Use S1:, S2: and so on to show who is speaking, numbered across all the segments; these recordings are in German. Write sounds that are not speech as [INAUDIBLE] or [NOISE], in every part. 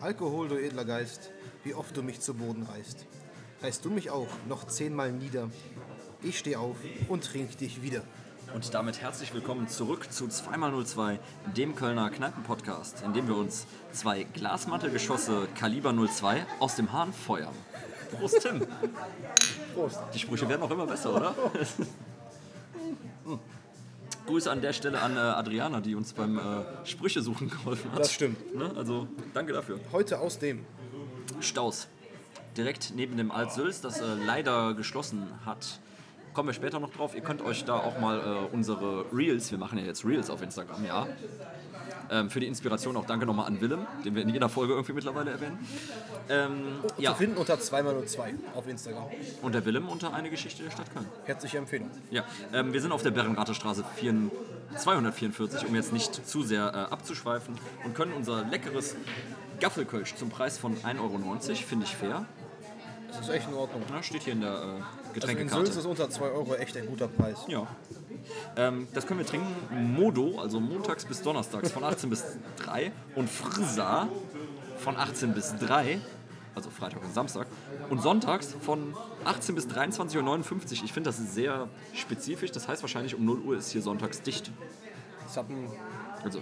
S1: Alkohol, du edler Geist, wie oft du mich zu Boden reißt. Reißt du mich auch noch zehnmal nieder. Ich steh auf und trink dich wieder.
S2: Und damit herzlich willkommen zurück zu 2x02, dem Kölner Kneipen-Podcast, in dem wir uns zwei Glasmantelgeschosse Kaliber 02 aus dem Hahn feuern. Prost, Tim!
S1: Prost.
S2: Die Sprüche werden auch immer
S1: [LAUGHS]
S2: besser, oder? Grüße an der Stelle an äh, Adriana, die uns beim äh, Sprüche suchen geholfen hat.
S1: Das stimmt.
S2: Ne? Also danke dafür.
S1: Heute aus dem.
S2: Staus. Direkt neben dem Alt Sülz, das äh, leider geschlossen hat. Kommen wir später noch drauf. Ihr könnt euch da auch mal äh, unsere Reels, wir machen ja jetzt Reels auf Instagram, ja. Ähm, für die Inspiration auch danke nochmal an Willem, den wir in jeder Folge irgendwie mittlerweile erwähnen. Ähm, ja,
S1: Zu finden unter 2x02 auf Instagram.
S2: und der Willem unter eine Geschichte der Stadt Köln.
S1: Herzliche Empfehlung.
S2: Ja, ähm, wir sind auf der Berrenrather Straße 4 244, um jetzt nicht zu sehr äh, abzuschweifen und können unser leckeres Gaffelkölsch zum Preis von 1,90 Euro, finde ich fair.
S1: Das ist echt in Ordnung.
S2: Na, steht hier in der äh,
S1: Also in Sülz
S2: Getränkekarte.
S1: ist unter 2 Euro echt ein guter Preis.
S2: ja. Ähm, das können wir trinken. Modo, also montags bis donnerstags von 18 bis 3 und Frisa von 18 bis 3, also Freitag und Samstag und sonntags von 18 bis 23.59 Uhr. Ich finde das sehr spezifisch. Das heißt wahrscheinlich um 0 Uhr ist hier sonntags dicht.
S1: Zappen,
S2: Also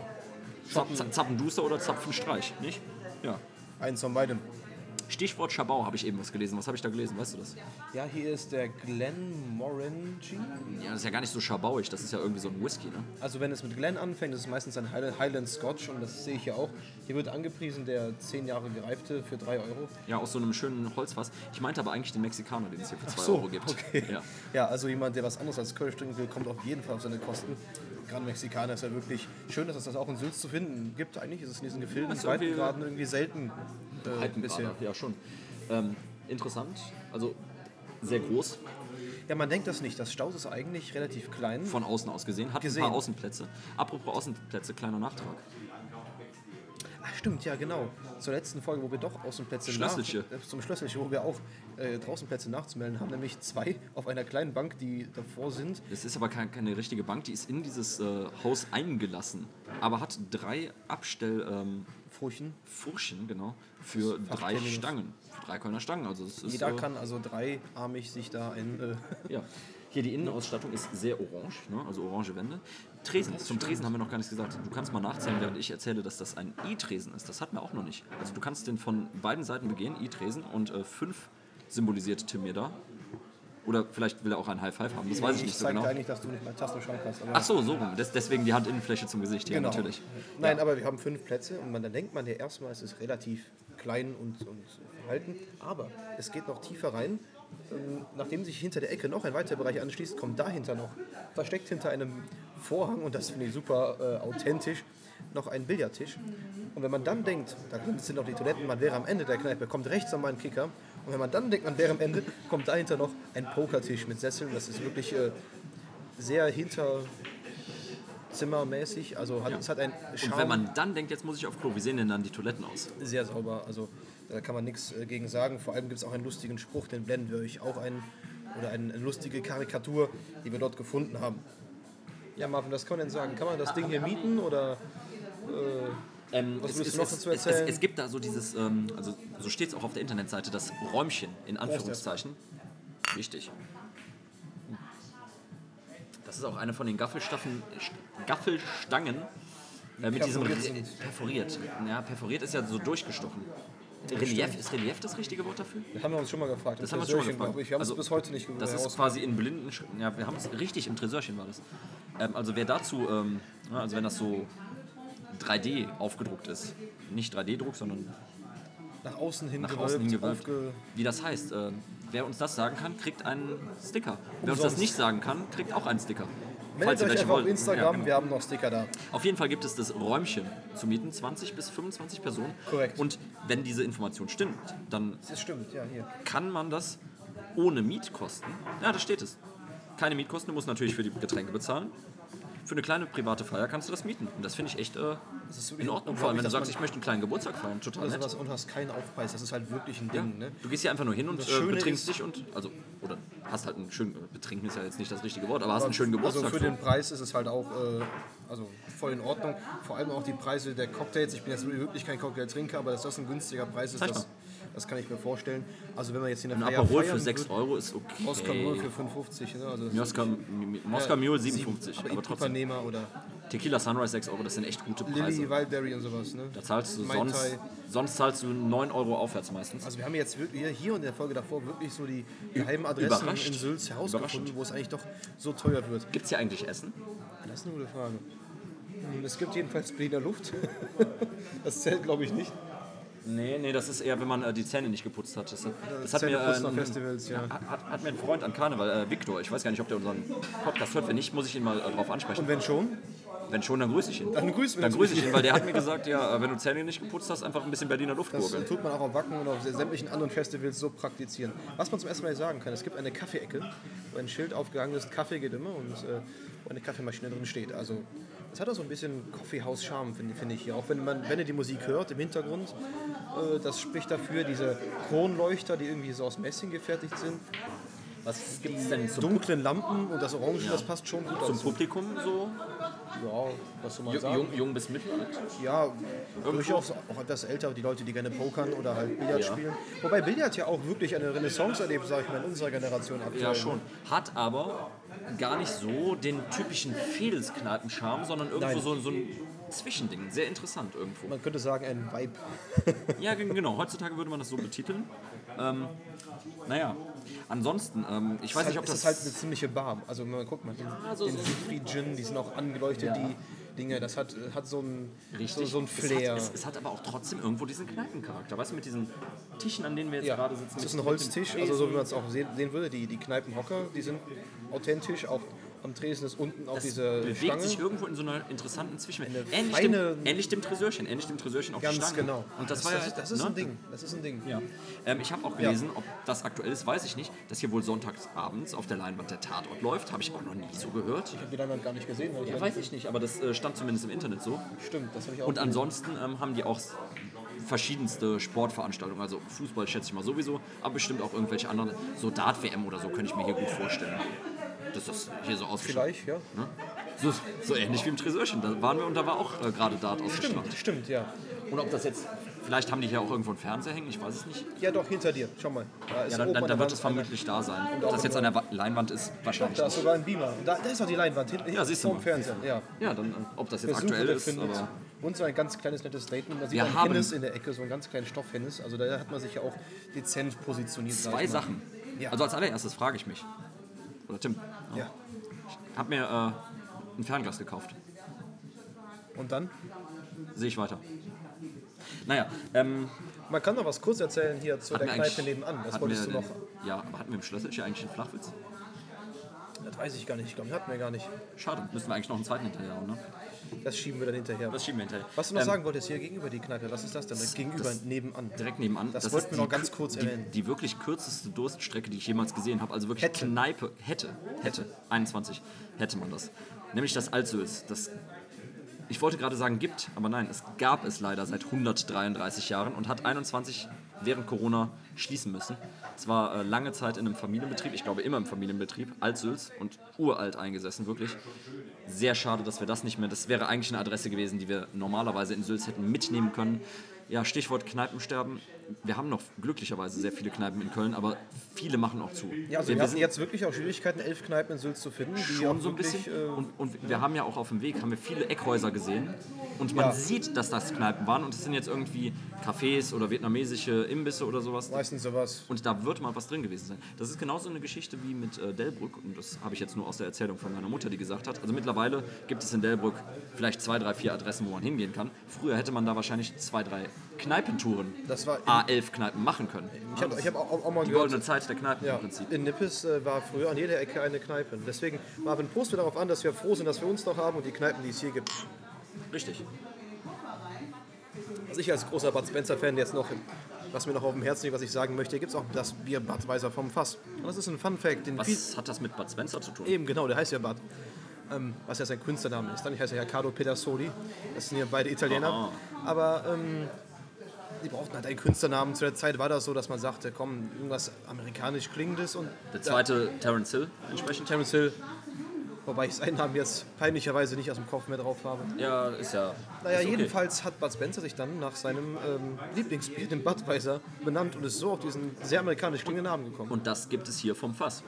S2: Zappen. Zappen, Zappenduster oder Zapfenstreich, nicht? Ja.
S1: eins von beidem.
S2: Stichwort Schabau habe ich eben was gelesen. Was habe ich da gelesen? Weißt du das?
S1: Ja, hier ist der Glen Morangi.
S2: Ja, das ist ja gar nicht so schabauig. Das ist ja irgendwie so ein Whisky, ne?
S1: Also wenn es mit Glen anfängt, ist es meistens ein Highland Highland Scotch und das sehe ich hier auch. Hier wird angepriesen der 10 Jahre gereifte für 3 Euro.
S2: Ja, aus so einem schönen Holzfass. Ich meinte aber eigentlich den Mexikaner, den es hier für 2
S1: so,
S2: Euro gibt.
S1: okay.
S2: Ja.
S1: Ja, also jemand, der was anderes als Kölsch trinken will, kommt auf jeden Fall auf seine Kosten. Gerade Mexikaner ist ja wirklich schön, dass es das auch in Sülz zu finden gibt. Eigentlich ist es in diesen Gefilden,
S2: Ist
S1: weiten
S2: irgendwie-
S1: Graden irgendwie selten äh,
S2: Halten
S1: bisher.
S2: gerade. Ja, schon. Ähm, interessant. Also sehr groß,
S1: Ja, man denkt das nicht. Das Staus ist eigentlich relativ klein.
S2: von außen aus gesehen. Hat
S1: Gesehen.
S2: ein paar Außenplätze. Apropos Außenplätze, kleiner Nachtrag.
S1: Ach, stimmt, ja, genau. Zur letzten Folge, wo wir doch Außenplätze
S2: Schlösselchen.
S1: Nach, äh, zum Schlösselchen, wo wir auch äh, draußen Plätze nachzumelden haben, nämlich zwei auf einer kleinen Bank, die davor sind.
S2: Es ist aber kein, keine richtige Bank, die ist in dieses äh, Haus eingelassen, aber hat drei Abstell... Ähm,
S1: Furchen.
S2: Furchen, genau, für
S1: Fach
S2: drei
S1: Terminus.
S2: Stangen, für drei Kölner Stangen. Also es ist,
S1: Jeder
S2: äh,
S1: kann also dreiarmig sich da ein. Äh,
S2: Ja. Hier die Innenausstattung ist sehr orange, ne? also orange Wände. Tresen, zum Tresen haben wir noch gar nichts gesagt. Du kannst mal nachzählen, während ich erzähle, dass das ein I-Tresen ist. Das hatten wir auch noch nicht. Also du kannst den von beiden Seiten begehen, I-Tresen, und äh, fünf symbolisiert Tim mir da. Oder vielleicht will er auch ein High Five haben, das
S1: [LAUGHS]
S2: weiß ich nicht so
S1: zeig
S2: genau.
S1: dir eigentlich, dass du nicht mal Tasten schrank hast. aber-
S2: Ach so, so rum. Des, deswegen die Handinnenfläche zum Gesicht, ja,
S1: Genau.
S2: natürlich.
S1: Nein, aber wir haben fünf Plätze und man, dann denkt man ja erstmal, es ist relativ klein und, und verhalten. Aber es geht noch tiefer rein. Ähm, Nachdem sich hinter der Ecke noch ein weiterer Bereich anschließt, kommt dahinter noch, versteckt hinter einem Vorhang, und das finde ich super äh, authentisch, noch ein Billardtisch. Und wenn man dann denkt, da sind noch die Toiletten, man wäre am Ende der Kneipe, kommt rechts einmal ein Kicker. Und wenn man dann denkt, man wäre am Ende, kommt dahinter noch ein Pokertisch mit Sesseln. Das ist wirklich äh, sehr hinter, zimmermäßig. Also hat, es hat einen Charme,
S2: Und wenn man dann denkt, jetzt muss ich auf Klo, wie sehen denn dann die Toiletten aus?
S1: sehr sauber. Also da kann man nichts äh, gegen sagen. Vor allem gibt es auch einen lustigen Spruch, den blenden wir euch auch ein. Oder eine lustige Karikatur, die wir dort gefunden haben. Ja, Marvin, was kann man denn sagen? Kann man das Ding hier mieten oder
S2: Ähm,
S1: Was
S2: es,
S1: würdest
S2: es,
S1: du noch
S2: es,
S1: dazu
S2: es, es,
S1: erzählen?
S2: es gibt da so dieses, ähm, also so steht es auch auf der Internetseite, das Räumchen in Anführungszeichen. Wichtig. Das ist auch eine von den Gaffelstaffen, St- Gaffelstangen äh, mit diesem
S1: perforiert
S2: Re-
S1: sind.
S2: perforiert. Ja, perforiert ist ja so durchgestochen. Relief, ist Relief das richtige Wort dafür?
S1: das haben wir uns schon mal gefragt.
S2: Das haben wir uns schon mal gefragt.
S1: glaube ich. Wir haben
S2: Also,
S1: es bis heute nicht äh,
S2: Das ist
S1: heraus-
S2: quasi in blinden Schri- Ja, wir haben es richtig im Tresörchen war das. Ähm, also wer dazu, ähm, ja, also wenn das so 3D aufgedruckt ist, nicht 3D-Druck, sondern
S1: nach außen hin
S2: nach
S1: gewölbt,
S2: außen hin gewölbt,
S1: aufge-
S2: wie das heißt. Äh, wer uns das sagen kann, kriegt einen Sticker. Wer uns
S1: Umsonst.
S2: das nicht sagen kann, kriegt auch einen Sticker.
S1: Meldet
S2: ihr
S1: euch
S2: welche
S1: einfach auf
S2: wollt.
S1: Instagram,
S2: Ja, genau.
S1: wir haben noch Sticker da.
S2: Auf jeden Fall gibt es das Räumchen zu mieten, 20 bis 25 Personen.
S1: Korrekt.
S2: Und wenn diese Information stimmt, dann
S1: Das stimmt, ja, hier.
S2: kann man das ohne Mietkosten? Ja, da steht es. Keine Mietkosten, du musst natürlich für die Getränke bezahlen. Für eine kleine private Feier kannst du das mieten. Und das finde ich echt äh,
S1: ist wirklich
S2: in Ordnung. Vor allem,
S1: unglaublich,
S2: wenn du
S1: dass
S2: sagst,
S1: man-
S2: ich möchte einen kleinen Geburtstag feiern. Total
S1: Also
S2: nett.
S1: was und hast keinen Aufpreis, das ist halt wirklich ein
S2: Ja.
S1: Ding, ne?
S2: Du gehst hier einfach nur hin und,
S1: das
S2: äh,
S1: Schöne
S2: betrinkst
S1: ist-
S2: dich und. Also, oder äh, hast halt einen schönen. Betrinken ist ja jetzt nicht das richtige Wort, aber hast einen schönen
S1: Also
S2: Geburtstag.
S1: für
S2: so.
S1: den Preis ist es halt auch, äh, also voll in Ordnung. Vor allem auch die Preise der Cocktails. Ich bin jetzt wirklich kein Cocktailtrinker, aber dass das ein günstiger Preis ist,
S2: Zeig mal.
S1: das, das kann ich mir vorstellen. Also wenn man jetzt hier
S2: Ein Aperol für 6 Euro ist okay.
S1: Oscar Mule für 55, ne? also das
S2: Moscow, M- M- Moscow Mule 57,
S1: aber,
S2: aber,
S1: aber
S2: trotzdem.
S1: Ipanema oder
S2: Tequila Sunrise 6 Euro, das sind echt gute
S1: Lilly
S2: Preise.
S1: Wildberry und sowas. Ne?
S2: Da zahlst du
S1: Mai
S2: sonst,
S1: Tai.
S2: sonst zahlst du 9 Euro aufwärts meistens.
S1: Also wir haben jetzt wirklich hier- hier und in der Folge davor wirklich so die geheimen Adressen
S2: überrascht.
S1: in Sülz herausgefunden,
S2: Überraschend.
S1: wo es eigentlich doch so teuer wird.
S2: Gibt es hier eigentlich Essen?
S1: Das ist eine gute Frage. Hm, Es gibt jedenfalls Berliner Luft. [LAUGHS] Das zählt, glaube ich, nicht.
S2: Nee, nee, das ist eher, wenn man äh, die Zähne nicht geputzt hat. Das, das hat, mir, äh,
S1: Zähneputzen auf
S2: ein,
S1: Festivals, ja.
S2: hat, hat- hat mir ein Freund an Karneval, äh, Viktor, ich weiß gar nicht, ob der unseren Podcast hört. Wenn nicht, muss ich ihn mal äh, drauf ansprechen.
S1: Und wenn schon,
S2: Wenn schon, dann grüße ich ihn.
S1: Dann grüßen wir
S2: Dann grüße ich
S1: natürlich.
S2: ihn, weil der
S1: [LAUGHS]
S2: hat mir gesagt, ja, äh, wenn du Zähne nicht geputzt hast, einfach ein bisschen Berliner Luft
S1: das
S2: gurgeln.
S1: tut man auch auf Wacken und auf sämtlichen anderen Festivals so praktizieren. Was man zum ersten Mal sagen kann, es gibt eine Kaffeeecke, wo ein Schild aufgehangen ist, Kaffee geht immer und äh, wo eine Kaffeemaschine drin steht. Also das hat auch so ein bisschen Coffeehouse-Charme, finde finde ich hier. Auch wenn, man, wenn ihr die Musik hört im Hintergrund, äh, das spricht dafür, diese Kronleuchter, die irgendwie so aus Messing gefertigt sind,
S2: Was gibt es denn zum,
S1: dunklen Lampen und das Orange, das passt schon gut
S2: zum
S1: dazu.
S2: Publikum so?
S1: Ja, was soll man sagen?
S2: Jung, jung bis mittelalt?
S1: Ja, durchaus auch etwas älter, die Leute, die gerne pokern oder halt Billard
S2: Ja.
S1: spielen. Wobei Billard ja auch wirklich eine Renaissance erlebt, sage ich mal, in unserer Generation aktuell.
S2: Ja, schon. Hat aber gar nicht so den typischen Fedelskneipen-Charme, sondern irgendwo
S1: Nein.
S2: so, so ein Zwischending. Sehr interessant irgendwo.
S1: Man könnte sagen, ein Vibe.
S2: Ja, gen- genau. Heutzutage würde man das so betiteln. Ähm, naja, ansonsten, ähm, ich weiß nicht, ob
S1: es
S2: das.
S1: ist halt eine ziemliche Bar. Also, man guckt mal, den,
S2: so-
S1: den
S2: so-
S1: Siegfried Gin, die sind auch angeleuchtet, die Dinge. Das hat, hat so ein, so,
S2: richtig
S1: so ein Flair.
S2: Es hat, es, es hat aber auch trotzdem irgendwo diesen Kneipencharakter. Weißt du, mit diesen Tischen, an denen wir jetzt
S1: ja,
S2: gerade sitzen.
S1: es ist
S2: mit-
S1: ein Holztisch,
S2: mit dem
S1: also so wie
S2: Tresen.
S1: man es auch sehen, sehen würde. Die, die Kneipenhocker, die sind authentisch. Auch am Tresen ist unten auch
S2: Das
S1: diese
S2: bewegt
S1: Stange.
S2: sich irgendwo in so einer interessanten
S1: Eine
S2: Zwischenwelt. Ähnlich,
S1: feine-
S2: dem, ähnlich dem Friseurchen, ähnlich dem Friseurchen auf die
S1: Ganz
S2: Stange.
S1: genau.
S2: Und das,
S1: das,
S2: war ja.
S1: das, ist- das ist
S2: ne?
S1: ein Ding. Das ist ein Ding.
S2: Ja. Ähm, ich habe auch gelesen, ob das aktuell ist, weiß ich nicht, dass hier wohl sonntags abends auf der Leinwand der Tatort läuft. Habe ich auch noch nie so gehört.
S1: Ich habe die Leinwand gar nicht gesehen. Weil ich
S2: Weiß ich nicht, aber das äh, stand zumindest im Internet so.
S1: Stimmt, das habe ich auch
S2: Und ansonsten ähm, haben die auch s- verschiedenste Sportveranstaltungen, also Fußball schätze ich mal sowieso, aber bestimmt auch irgendwelche anderen, so Dart-WM oder so, könnte ich mir hier gut vorstellen. Dass das hier so ausgeschlagen
S1: Vielleicht, ja.
S2: ne? so, so ähnlich wie im Tresorchen, da waren wir und da war auch äh, gerade Dart ausgeschlagen.
S1: Stimmt, ja.
S2: Und ob das jetzt, vielleicht haben die hier auch irgendwo einen Fernseher hängen, ich weiß es nicht.
S1: Ja, doch, hinter dir. Schau mal. Da ist
S2: Ja, dann,
S1: oben
S2: dann,
S1: an der
S2: dann wird es
S1: Wand
S2: vermutlich da sein.
S1: Und
S2: Ob
S1: auch
S2: das jetzt an
S1: eine-
S2: der Wa- Leinwand ist,
S1: einer.
S2: wahrscheinlich
S1: Da ist
S2: nicht.
S1: sogar ein Beamer. Da, da ist doch die Leinwand hinten
S2: Ja, siehst du
S1: vorm
S2: mal.
S1: Fernseher. Ja.
S2: Ja, dann, äh, ob das jetzt
S1: Versuche
S2: aktuell
S1: der
S2: ist,
S1: findet.
S2: aber
S1: Und so ein ganz kleines nettes Statement. Da sieht
S2: Wir
S1: man
S2: haben-
S1: Hennes in der Ecke, so einen ganz kleinen Stoffhennis. Also da hat man sich ja auch dezent positioniert. sag
S2: zwei
S1: ich mal.
S2: Sachen.
S1: Ja.
S2: Also als allererstes frage ich mich, oder Tim,
S1: Ja.
S2: Hab mir äh, ein Fernglas gekauft.
S1: Und dann?
S2: Sehe ich weiter. Naja, ähm,
S1: Man kann noch was kurz erzählen hier zu der
S2: hatten wir
S1: Kneipe
S2: eigentlich-
S1: nebenan. Das
S2: hatten
S1: wolltest du
S2: wir
S1: noch.
S2: den- Ja, aber hatten wir im Schlösselchen eigentlich einen Flachwitz?
S1: Das weiß ich gar nicht. Ich glaube, den hatten wir gar nicht.
S2: Schade, müssen wir eigentlich noch einen zweiten hinterher haben, ne?
S1: Das schieben wir dann hinterher.
S2: Das schieben wir hinterher.
S1: Was du noch
S2: Ähm,
S1: sagen wolltest, hier gegenüber die Kneipe, was ist das denn? Gegenüber, nebenan.
S2: Direkt nebenan.
S1: Das
S2: ist
S1: wollten wir noch
S2: die
S1: ganz
S2: kür-
S1: kurz
S2: die,
S1: erwähnen.
S2: Die wirklich kürzeste Durststrecke, die ich jemals gesehen habe. Also wirklich
S1: Hätte.
S2: Kneipe. Hätte. Hätte. 21. Hätte man das. Nämlich das Altsülz. Das, ich wollte gerade sagen, gibt, aber nein, es gab es leider seit 133 Jahren und hat 21 während Corona schließen müssen. Es war äh, lange Zeit in einem Familienbetrieb, ich glaube immer im Familienbetrieb, Altsülz und uralt eingesessen, wirklich. Sehr schade, dass wir das nicht mehr, das wäre eigentlich eine Adresse gewesen, die wir normalerweise in Sülz hätten mitnehmen können. Ja, Stichwort Kneipensterben. Wir haben noch glücklicherweise sehr viele Kneipen in Köln, aber viele machen auch zu.
S1: Ja, also
S2: wir,
S1: wir,
S2: wir
S1: hatten
S2: sind
S1: jetzt wirklich auch Schwierigkeiten, elf Kneipen in Sülz zu finden, die auch
S2: schon so ein
S1: wirklich,
S2: bisschen.
S1: äh,
S2: Und, und wir haben ja auch auf dem Weg haben wir viele Eckhäuser gesehen. Und man
S1: Ja.
S2: sieht, dass das Kneipen waren. Und es sind jetzt irgendwie Cafés oder vietnamesische Imbisse oder sowas.
S1: äh, meistens sowas.
S2: Und da wird mal was drin gewesen sein. Das ist genauso eine Geschichte wie mit äh, Delbrück. Und das habe ich jetzt nur aus der Erzählung von meiner Mutter, die gesagt hat. Also mittlerweile gibt es in Delbrück vielleicht zwei, drei, vier Adressen, wo man hingehen kann. Früher hätte man da wahrscheinlich zwei, drei Kneipentouren,
S1: Das war-
S2: A11 Kneipen machen können.
S1: Ich habe ich hab auch, auch mal
S2: Die
S1: gehört,
S2: goldene Zeit der Kneipen
S1: ja,
S2: im Prinzip.
S1: in Nippes äh, war früher an jeder Ecke eine Kneipe. Deswegen, Marvin, posten wir darauf an, dass wir froh sind, dass wir uns noch haben und die Kneipen, die es hier gibt.
S2: Richtig.
S1: Also ich als großer Bud Spencer-Fan jetzt noch, was mir noch auf dem Herzen liegt, was ich sagen möchte, gibt es auch das Bier Budweiser vom Fass. Und das ist ein Fun-Fact, den viel-
S2: Was hat das mit Bud Spencer zu tun?
S1: Eben, genau, der heißt ja Bud. Ähm, was ja sein Künstlername ist. Dann heißt er ja Carlo Pedersoli. Das sind ja beide Italiener. Aber ähm, die brauchten halt einen Künstlernamen. Zu der Zeit war das so, dass man sagte, komm, irgendwas amerikanisch klingendes und
S2: Der zweite Terence Hill entsprechend.
S1: Terence Hill. Wobei ich seinen Namen jetzt peinlicherweise nicht aus dem Kopf mehr drauf habe.
S2: Ja, ist ja.
S1: Naja,
S2: ist okay.
S1: jedenfalls hat Bud Spencer sich dann nach seinem ähm, Lieblingsbier, dem Budweiser, benannt und ist so auf diesen sehr amerikanisch klingenden Namen gekommen.
S2: Und das gibt es hier vom Fass.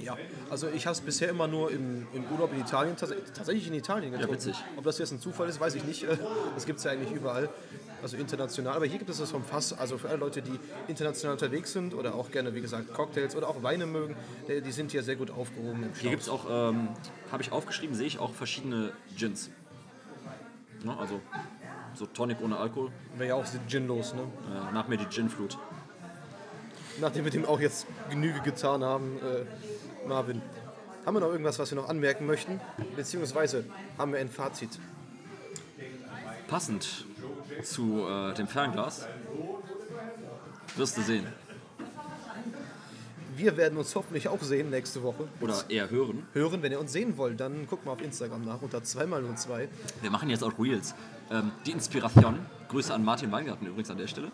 S1: Ja, also ich habe es bisher immer nur im, im Urlaub in Italien, tats tatsächlich in Italien getrunken.
S2: witzig.
S1: Ob das jetzt ein Zufall ist, weiß ich nicht. Äh, Das gibt es ja eigentlich überall, also international. Aber hier gibt es das vom Fass, also für alle Leute, die international unterwegs sind oder auch gerne, wie gesagt, Cocktails oder auch Weine mögen, äh, die sind hier sehr gut aufgehoben im
S2: Hier
S1: Staat.
S2: gibt es auch, ähm, habe ich aufgeschrieben, sehe ich auch verschiedene Gins. Ne, also so Tonic ohne Alkohol.
S1: Wäre ja auch Gin los, ne?
S2: Äh, nach mir die Ginflut.
S1: Nachdem wir dem auch jetzt Genüge getan haben, äh, Marvin, haben wir noch irgendwas, was wir noch anmerken möchten? Beziehungsweise haben wir ein Fazit?
S2: Passend zu äh, dem Fernglas wirst du sehen.
S1: Wir werden uns hoffentlich auch sehen nächste Woche.
S2: Oder eher hören.
S1: Hören, wenn ihr uns sehen wollt, dann guckt mal auf Instagram nach unter 2x02.
S2: Wir machen jetzt auch Reels. Ähm, die Inspiration. Grüße an Martin Weingarten übrigens an der Stelle.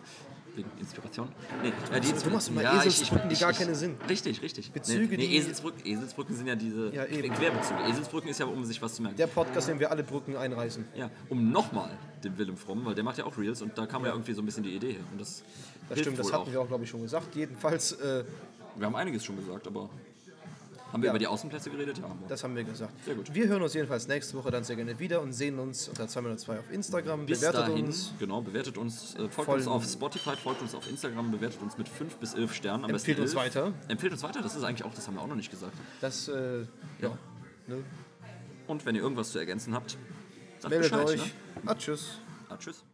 S2: Wegen Inspiration. Nee, äh, die
S1: du machst immer
S2: ich- ich-
S1: Eselsbrücken, die
S2: ich-
S1: gar
S2: ich-
S1: keine sind.
S2: Richtig, richtig.
S1: Bezüge,
S2: nee,
S1: die-
S2: nee, Eselsbrücken, Eselsbrücken sind ja diese
S1: Ja, eben.
S2: Querbezüge. Eselsbrücken ist ja, um sich was zu merken.
S1: Der Podcast, in dem wir alle Brücken einreißen.
S2: Ja, um nochmal den Willem Fromm, weil der macht ja auch Reels und da kam ja, irgendwie so ein bisschen die Idee her. Und das,
S1: Das
S2: hilft
S1: stimmt, das
S2: wohl
S1: hatten
S2: auch.
S1: wir auch, glaube ich, schon gesagt. Jedenfalls, äh,
S2: Wir haben einiges schon gesagt, aber haben wir
S1: Ja.
S2: über die Außenplätze geredet? Ja, haben wir.
S1: das haben wir gesagt.
S2: Sehr gut.
S1: Wir hören uns jedenfalls nächste Woche dann sehr gerne wieder und sehen uns unter 2x02 auf Instagram.
S2: Bis
S1: Bewertet
S2: dahin,
S1: uns,
S2: genau, bewertet uns, äh, folgt
S1: Folgen.
S2: uns auf Spotify, folgt uns auf Instagram, bewertet uns mit 5 bis 11 Sternen. Am
S1: Empfiehlt uns
S2: besten 11.
S1: weiter.
S2: Empfiehlt uns weiter, das ist eigentlich auch, das haben wir auch noch nicht gesagt.
S1: das, äh, ja, ne?
S2: Und wenn ihr irgendwas zu ergänzen habt, sagt
S1: meldet
S2: Bescheid.
S1: euch.
S2: Ne?
S1: Ah, tschüss.
S2: Ah, tschüss.